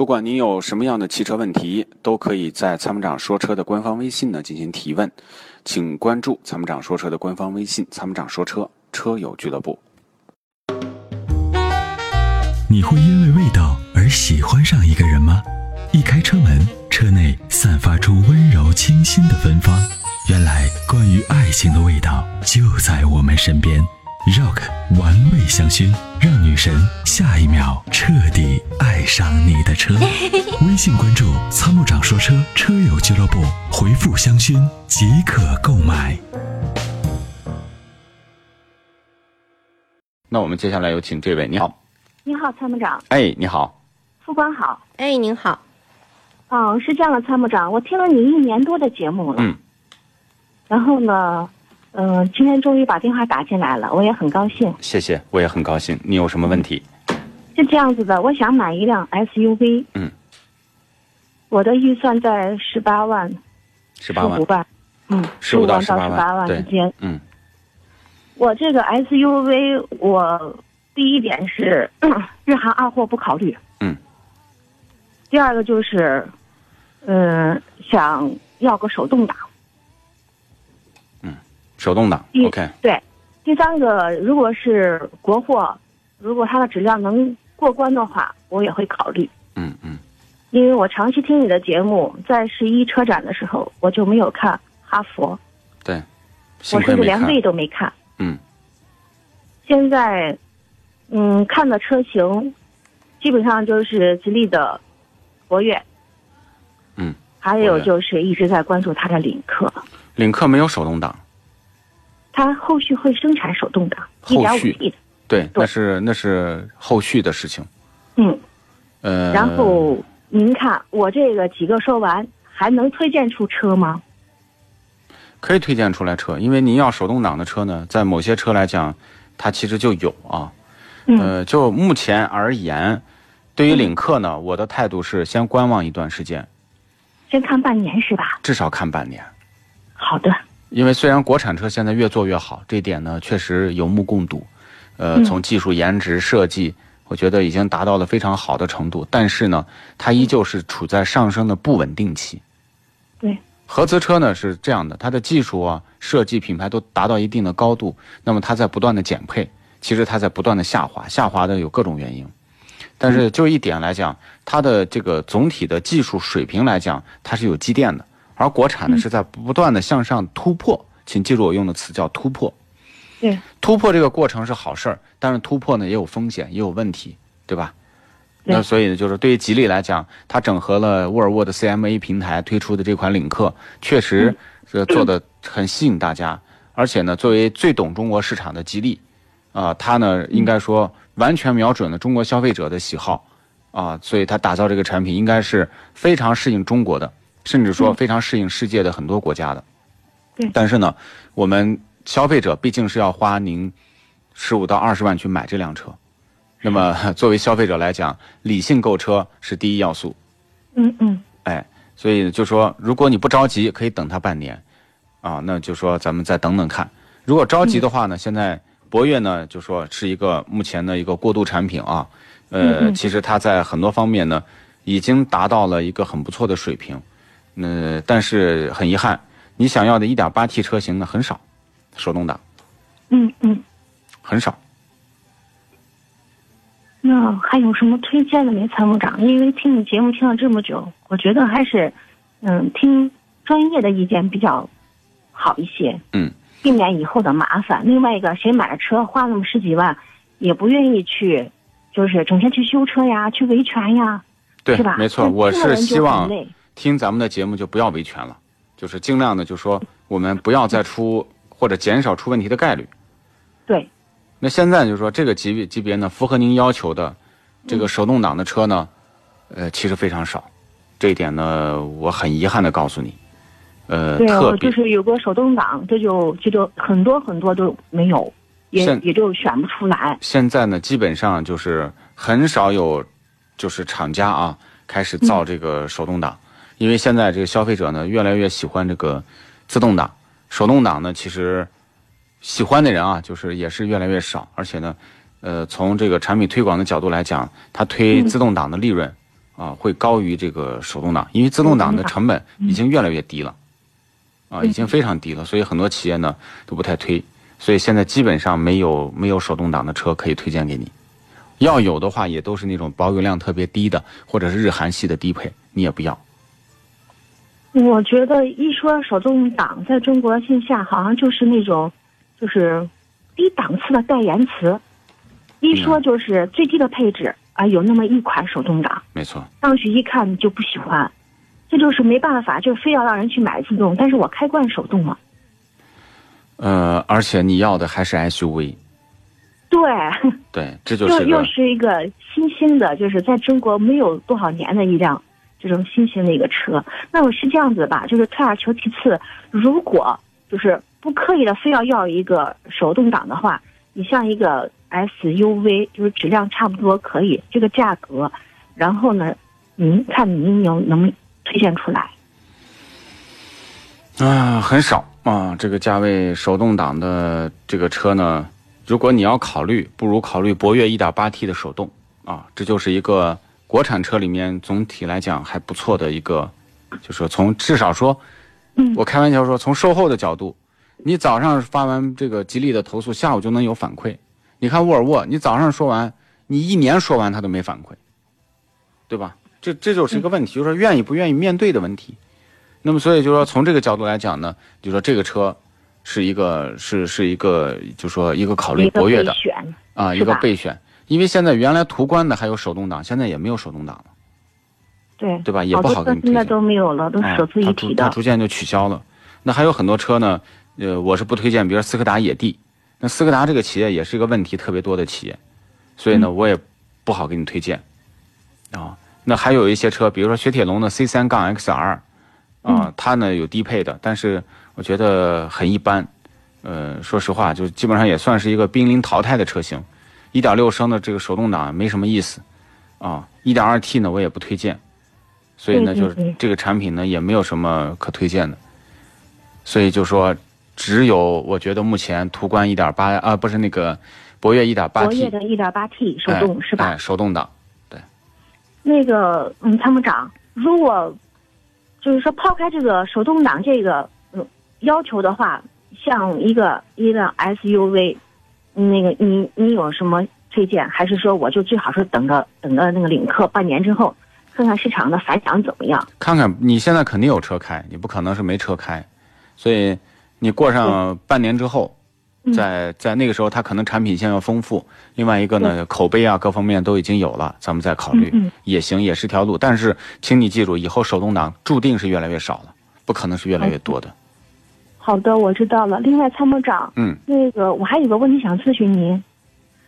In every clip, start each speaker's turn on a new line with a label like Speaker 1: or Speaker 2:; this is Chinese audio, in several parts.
Speaker 1: 不管您有什么样的汽车问题，都可以在参谋长说车的官方微信呢进行提问，请关注参谋长说车的官方微信“参谋长说车车友俱乐部
Speaker 2: 你会因为味道而喜欢上一个人吗？一开车门，车内散发出温柔清新的芬芳。原来，关于爱情的味道就在我们身边。Rock 玩味香薰，让女神下一秒彻底爱上你的车。微信关注“参谋长说车”车友俱乐部，回复“香薰”即可购买。”。
Speaker 1: 那我们接下来有请这位，你好，
Speaker 3: 你好，参谋长，
Speaker 1: 哎，你好，
Speaker 3: 副官好。
Speaker 4: 哎，您好，
Speaker 3: 嗯，是这样的，参谋长，我听了你一年多的节目了。
Speaker 1: 嗯。
Speaker 3: 然后呢，嗯、今天终于把电话打进来了，我也很高兴。
Speaker 1: 谢谢，我也很高兴。你有什么问题？
Speaker 3: 是这样子的，我想买一辆 SUV。
Speaker 1: 嗯。
Speaker 3: 我的预算在十八万、
Speaker 1: 十
Speaker 3: 十
Speaker 1: 八万
Speaker 3: 五，万，嗯，
Speaker 1: 15到
Speaker 3: 万到
Speaker 1: 18万
Speaker 3: 八万
Speaker 1: 对
Speaker 3: 之间。
Speaker 1: 嗯
Speaker 3: 我这个 SUV，我第一点是 日韩二货不考虑。
Speaker 1: 嗯。
Speaker 3: 第二个就是，嗯、想要个手动挡。
Speaker 1: 手动挡
Speaker 3: 嗯
Speaker 1: ，OK，
Speaker 3: 对，第三个，如果是国货，如果它的质量能过关的话，我也会考虑。
Speaker 1: 嗯嗯
Speaker 3: 因为我长期听你的节目，在十一车展的时候，我就没有看哈佛，
Speaker 1: 对，幸
Speaker 3: 我
Speaker 1: 亏
Speaker 3: 甚至
Speaker 1: 没
Speaker 3: 连
Speaker 1: 看，
Speaker 3: 魏都没看。
Speaker 1: 嗯
Speaker 3: 现在，嗯，看的车型，基本上就是吉利的博越，
Speaker 1: 嗯，
Speaker 3: 还
Speaker 1: 博
Speaker 3: 有
Speaker 1: 越
Speaker 3: 就是一直在关注它的领克，
Speaker 1: 领克没有手动挡，
Speaker 3: 它后续会生产手动挡，一
Speaker 1: 后
Speaker 3: 点五
Speaker 1: 续
Speaker 3: T 的，
Speaker 1: 对，那是那是后续的事情，
Speaker 3: 嗯。
Speaker 1: 呃，
Speaker 3: 然后您看我这个几个说完，还能推荐出车吗？
Speaker 1: 可以推荐出来车，因为您要手动挡的车呢，在某些车来讲，它其实就有啊。
Speaker 3: 嗯
Speaker 1: 呃，就目前而言，对于领克呢，我的态度是先观望一段时间，
Speaker 3: 先看半年是吧？
Speaker 1: 至少看半年。
Speaker 3: 好的，
Speaker 1: 因为虽然国产车现在越做越好，这一点呢确实有目共睹。呃，从技术、颜值、设计，我觉得已经达到了非常好的程度，但是呢，它依旧是处在上升的不稳定期。
Speaker 3: 对，
Speaker 1: 合资车呢是这样的，它的技术啊、设计、品牌都达到一定的高度，那么它在不断的减配，其实它在不断的下滑，下滑的有各种原因。但是就一点来讲，它的这个总体的技术水平来讲，它是有积淀的，而国产呢是在不断的向上突破，请记住我用的词叫突破。
Speaker 3: 对，
Speaker 1: 突破这个过程是好事儿，但是突破呢也有风险，也有问题，对吧？
Speaker 3: 对
Speaker 1: 那所以呢，就是对于吉利来讲，它整合了沃尔沃的 CMA 平台推出的这款领克，确
Speaker 3: 嗯
Speaker 1: 实这做的很吸引大家。而且呢，作为最懂中国市场的吉利，啊、它呢应该说完全瞄准了中国消费者的喜好，啊、所以它打造这个产品应该是非常适应中国的，甚至说非常适应世界的很多国家的。
Speaker 3: 嗯对
Speaker 1: 但是呢，我们消费者毕竟是要花您十五到二十万去买这辆车，那么 作为消费者来讲，理性购车是第一要素。
Speaker 3: 嗯嗯，
Speaker 1: 哎，所以就说，如果你不着急，可以等它半年，啊，那就说咱们再等等看。如果着急的话呢，现在博越呢，就说是一个目前的一个过渡产品啊，呃，其实它在很多方面呢，已经达到了一个很不错的水平，呃，但是很遗憾，你想要的 1.8T 车型呢很少，手动挡
Speaker 3: 嗯嗯。
Speaker 1: 很少。
Speaker 3: 那还有什么推荐的没，参谋长？因为听你节目听了这么久，我觉得还是，嗯，听专业的意见比较好一些。
Speaker 1: 嗯，
Speaker 3: 避免以后的麻烦。另外一个，谁买了车花那么十几万，也不愿意去，就是整天去修车呀，去维权呀，
Speaker 1: 对
Speaker 3: 是吧？，
Speaker 1: 没错，
Speaker 3: 那
Speaker 1: 我
Speaker 3: 这个
Speaker 1: 是
Speaker 3: 人就
Speaker 1: 希
Speaker 3: 很
Speaker 1: 望
Speaker 3: 累
Speaker 1: 听咱们的节目就不要维权了，就是尽量的就说我们不要再出或者减少出问题的概率。
Speaker 3: 对，
Speaker 1: 那现在就是说这个级别级别呢，符合您要求的这
Speaker 3: 嗯
Speaker 1: 个手动挡的车呢，呃，其实非常少，这一点呢，我很遗憾的告诉你，呃，
Speaker 3: 对，啊
Speaker 1: 特
Speaker 3: 我
Speaker 1: 别
Speaker 3: 就是有个手动挡，这就这就很多很多都没有，也
Speaker 1: 现
Speaker 3: 也就选不出来。
Speaker 1: 现在呢，基本上就是很少有，就是厂家啊开始
Speaker 3: 嗯
Speaker 1: 造这个手动挡，因为现在这个消费者呢越来越喜欢这个自动挡，手动挡呢其实喜欢的人啊就是也是越来越少，而且呢，呃，从这个产品推广的角度来讲，它推自动挡的利润啊、啊，会高于这个手动挡，因为自动挡的成本已经越来越低了，啊，已经非常低了，所以很多企业呢都不太推，所以现在基本上没有没有手动挡的车可以推荐给你，要有的话也都是那种保有量特别低的，或者是日韩系的低配，你也不要。
Speaker 3: 我觉得一说手动挡，在中国线下好像就是那种，就是低档次的代言词，一说就是最低的配置啊，有那么一款手动挡，
Speaker 1: 没错，
Speaker 3: 上去一看就不喜欢，这就是没办法，就非要让人去买自动，但是我开惯手动了，
Speaker 1: 呃，而且你要的还是 SUV，
Speaker 3: 对，
Speaker 1: 对，这就
Speaker 3: 又
Speaker 1: 是
Speaker 3: 又
Speaker 1: 个
Speaker 3: 是一个新兴的，就是在中国没有多少年的一辆这种新型的一个车。那我是这样子吧，就是退而求其次，如果就是不刻意的非要要一个手动挡的话，你像一个 SUV，就是质量差不多可以，这个价格，然后呢，您看您能能推荐出来？
Speaker 1: 啊，很少啊。这个价位手动挡的这个车呢，如果你要考虑，不如考虑博越 1.8T 的手动啊，这就是一个国产车里面总体来讲还不错的一个，就说从至少说，
Speaker 3: 嗯
Speaker 1: 我开玩笑说，从售后的角度，你早上发完这个吉利的投诉，下午就能有反馈。你看沃尔沃，你早上说完，你一年说完他都没反馈，对吧？这这就是一个问题，就是说愿意不愿意面对的问题。那么所以就说从这个角度来讲呢，就说这个车是一个是是一个就说一个考虑
Speaker 3: 一个
Speaker 1: 博越
Speaker 3: 备
Speaker 1: 的
Speaker 3: 选，
Speaker 1: 啊
Speaker 3: 是
Speaker 1: 一个
Speaker 3: 吧
Speaker 1: 备选，因为现在原来途观的还有手动挡，现在也没有手动挡了，
Speaker 3: 对
Speaker 1: 对吧也不好
Speaker 3: 多
Speaker 1: 给你推
Speaker 3: 车哦现在
Speaker 1: 荐
Speaker 3: 都没有了，都
Speaker 1: 啊
Speaker 3: 手自一
Speaker 1: 它
Speaker 3: 体
Speaker 1: 逐
Speaker 3: 的
Speaker 1: 它。逐渐就取消了。那还有很多车呢，呃，我是不推荐，比如说斯柯达野地，那斯柯达这个企业也是一个问题特别多的企业，所以
Speaker 3: 嗯
Speaker 1: 呢，我也不好给你推荐啊。那还有一些车，比如说雪铁龙的 C 三杠 XR，啊，
Speaker 3: 嗯
Speaker 1: 它呢有低配的，但是我觉得很一般。呃，说实话，就基本上也算是一个濒临淘汰的车型。一点六升的这个手动挡没什么意思啊，一点二 T 呢我也不推荐，所以呢，
Speaker 3: 对对
Speaker 1: 就是
Speaker 3: 对
Speaker 1: 这个产品呢也没有什么可推荐的，所以就说只有我觉得目前途观一点八啊，不是那个博越一点八
Speaker 3: 博越
Speaker 1: T
Speaker 3: 的 1.8T 手动、是吧？
Speaker 1: 哎，手动挡，
Speaker 3: 那个，嗯，参谋长，如果就是说抛开这个手动挡这个、嗯、要求的话，像一个一辆 SUV，那个你你有什么推荐？还是说我就最好是等着等着那个领克半年之后，看看市场的反响怎么样？
Speaker 1: 看看你现在肯定有车开，你不可能是没车开，所以你过上半年之后，
Speaker 3: 嗯
Speaker 1: 在在那个时候，它可能产品线要丰富，另外一个呢，口碑啊各方面都已经有了，咱们再考虑
Speaker 3: 嗯嗯
Speaker 1: 也行，也是条路。但是，请你记住，以后手动挡注定是越来越少了，不可能是越来越多
Speaker 3: 嗯
Speaker 1: 的。
Speaker 3: 好的，我知道了。另外，参谋长，
Speaker 1: 嗯，
Speaker 3: 那个我还有个问题想咨询您，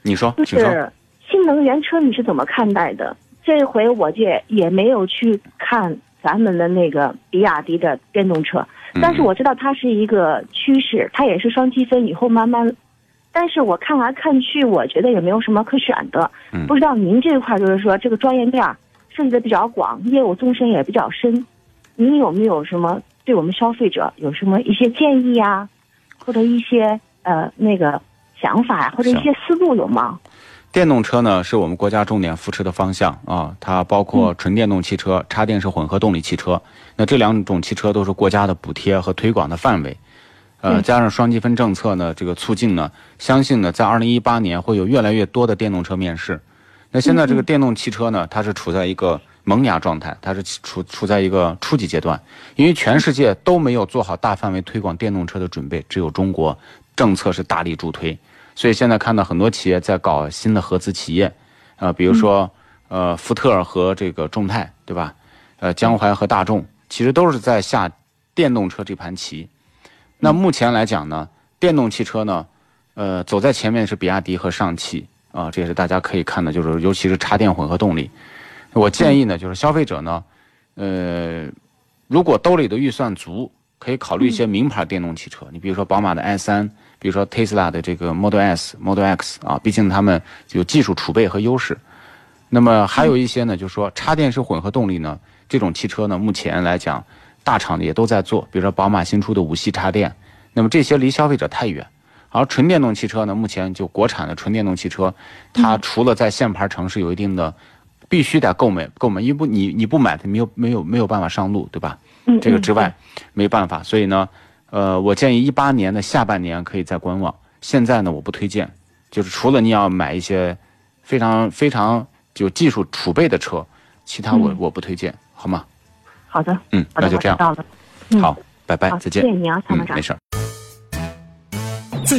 Speaker 1: 你说，
Speaker 3: 就
Speaker 1: 请说。
Speaker 3: 嗯是新能源车你是怎么看待的？这回我这也没有去看咱们的那个比亚迪的电动车，
Speaker 1: 嗯
Speaker 3: 但是我知道它是一个趋势，它也是双积分，以后慢慢。但是我看来看去，我觉得也没有什么可选的。
Speaker 1: 嗯
Speaker 3: 不知道您这块就是说这个专业面儿涉及的比较广，业务纵深也比较深，您有没有什么对我们消费者有什么一些建议呀、或者一些呃那个想法呀，或者一些思路有吗？
Speaker 1: 电动车呢是我们国家重点扶持的方向啊，它包括纯电动汽车、插电式混合动力汽车，那这两种汽车都是国家的补贴和推广的范围。呃，加上双积分政策呢，这个促进呢，相信呢，在二零一八年会有越来越多的电动车面世。那现在这个电动汽车呢，它是处在一个萌芽状态，它是处处在一个初级阶段，因为全世界都没有做好大范围推广电动车的准备，只有中国政策是大力助推。所以现在看到很多企业在搞新的合资企业，呃，比如说呃福特和这个众泰，对吧？呃，江淮和大众其实都是在下电动车这盘棋。那目前来讲呢，电动汽车呢，呃，走在前面是比亚迪和上汽啊、这也是大家可以看的，就是尤其是插电混合动力。我建议呢，就是消费者呢，呃，如果兜里的预算足，可以考虑一些名牌电动汽车，你比如说宝马的 i 三，比如说 Tesla 的这个 Model S、Model X 啊，毕竟他们有技术储备和优势。那么还有一些呢，就是说插电式混合动力呢，这种汽车呢，目前来讲，大厂也都在做，比如说宝马新出的五系插电，那么这些离消费者太远。而纯电
Speaker 3: 嗯
Speaker 1: 动汽车呢，目前就国产的纯电动汽车，它除了在限牌城市有一定的必须得购买购买，因为你你不买它没有没有没有办法上路，对吧？
Speaker 3: 嗯，
Speaker 1: 这个之
Speaker 3: 嗯
Speaker 1: 外没办法，所以呢，呃，我建议一八年的下半年可以再观望。现在呢，我不推荐，就是除了你要买一些非常非常有技术储备的车，其他我、
Speaker 3: 嗯
Speaker 1: 我不推荐，好吗？
Speaker 3: 对好的，
Speaker 1: 嗯，
Speaker 3: 好
Speaker 1: 那
Speaker 3: 的，
Speaker 1: 就这
Speaker 3: 我知
Speaker 1: 样，
Speaker 3: 道了。嗯
Speaker 1: 好，，拜拜
Speaker 3: 好，
Speaker 1: 再见
Speaker 3: 谢。谢你啊，参谋
Speaker 1: 嗯，
Speaker 3: 长
Speaker 1: 没。事儿。
Speaker 2: 在